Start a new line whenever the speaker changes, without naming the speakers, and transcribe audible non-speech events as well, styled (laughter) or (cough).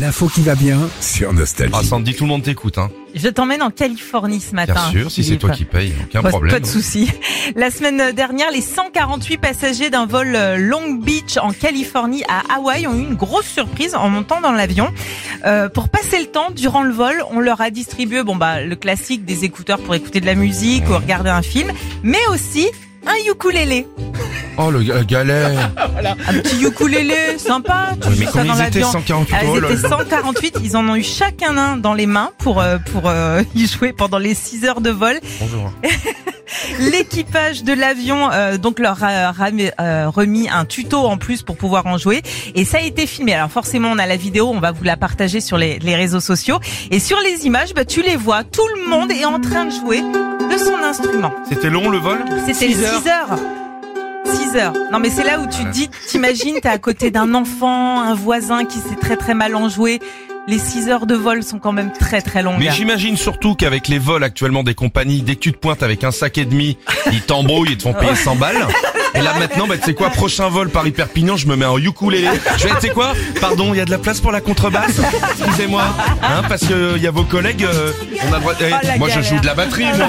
L'info qui va bien sur Nostalgie.
Ah Sandy, tout le monde t'écoute, hein.
Je t'emmène en Californie ce matin.
Bien sûr, si c'est
Philippe.
toi qui payes, aucun
Pas,
problème.
pas de souci. La semaine dernière, les 148 passagers d'un vol euh, Long Beach en Californie à Hawaï ont eu une grosse surprise en montant dans l'avion. Euh, pour passer le temps, durant le vol, on leur a distribué bon bah le classique des écouteurs pour écouter de la musique ou regarder un film, mais aussi un ukulélé.
Oh le ga-
(laughs)
galère.
Un petit
(laughs)
ukulélé, sympa. Tu joues
mais
ça
comme
dans
ils étaient
l'avion.
148
Ah,
euros,
ils
là,
étaient 148, ils en ont eu chacun un dans les mains pour, euh, pour euh, (laughs) y jouer pendant les 6 heures de vol.
bonjour.
L'équipage de l'avion euh, donc leur a ramé- euh, remis un tuto en plus pour pouvoir en jouer et ça a été filmé. Alors forcément on a la vidéo, on va vous la partager sur les, les réseaux sociaux et sur les images bah, tu les vois, tout le monde est en train de jouer de son instrument.
C'était long le vol
C'était 6 heures. 6 heures. Non mais c'est là où tu te dis, t'imagines, t'es à côté d'un enfant, un voisin qui s'est très très mal enjoué. Les 6 heures de vol sont quand même très très longues.
Mais j'imagine surtout qu'avec les vols actuellement des compagnies, dès que tu te pointes avec un sac et demi, ils t'embrouillent et te font payer 100 balles. Et là maintenant, bah, tu sais quoi, prochain vol Paris-Perpignan, je me mets en ukulélé. Je vais, tu sais quoi, pardon, il y a de la place pour la contrebasse Excusez-moi, hein, parce que il y a vos collègues, euh, on a le droit... eh,
Oh, la
moi je
galère.
joue de la batterie, moi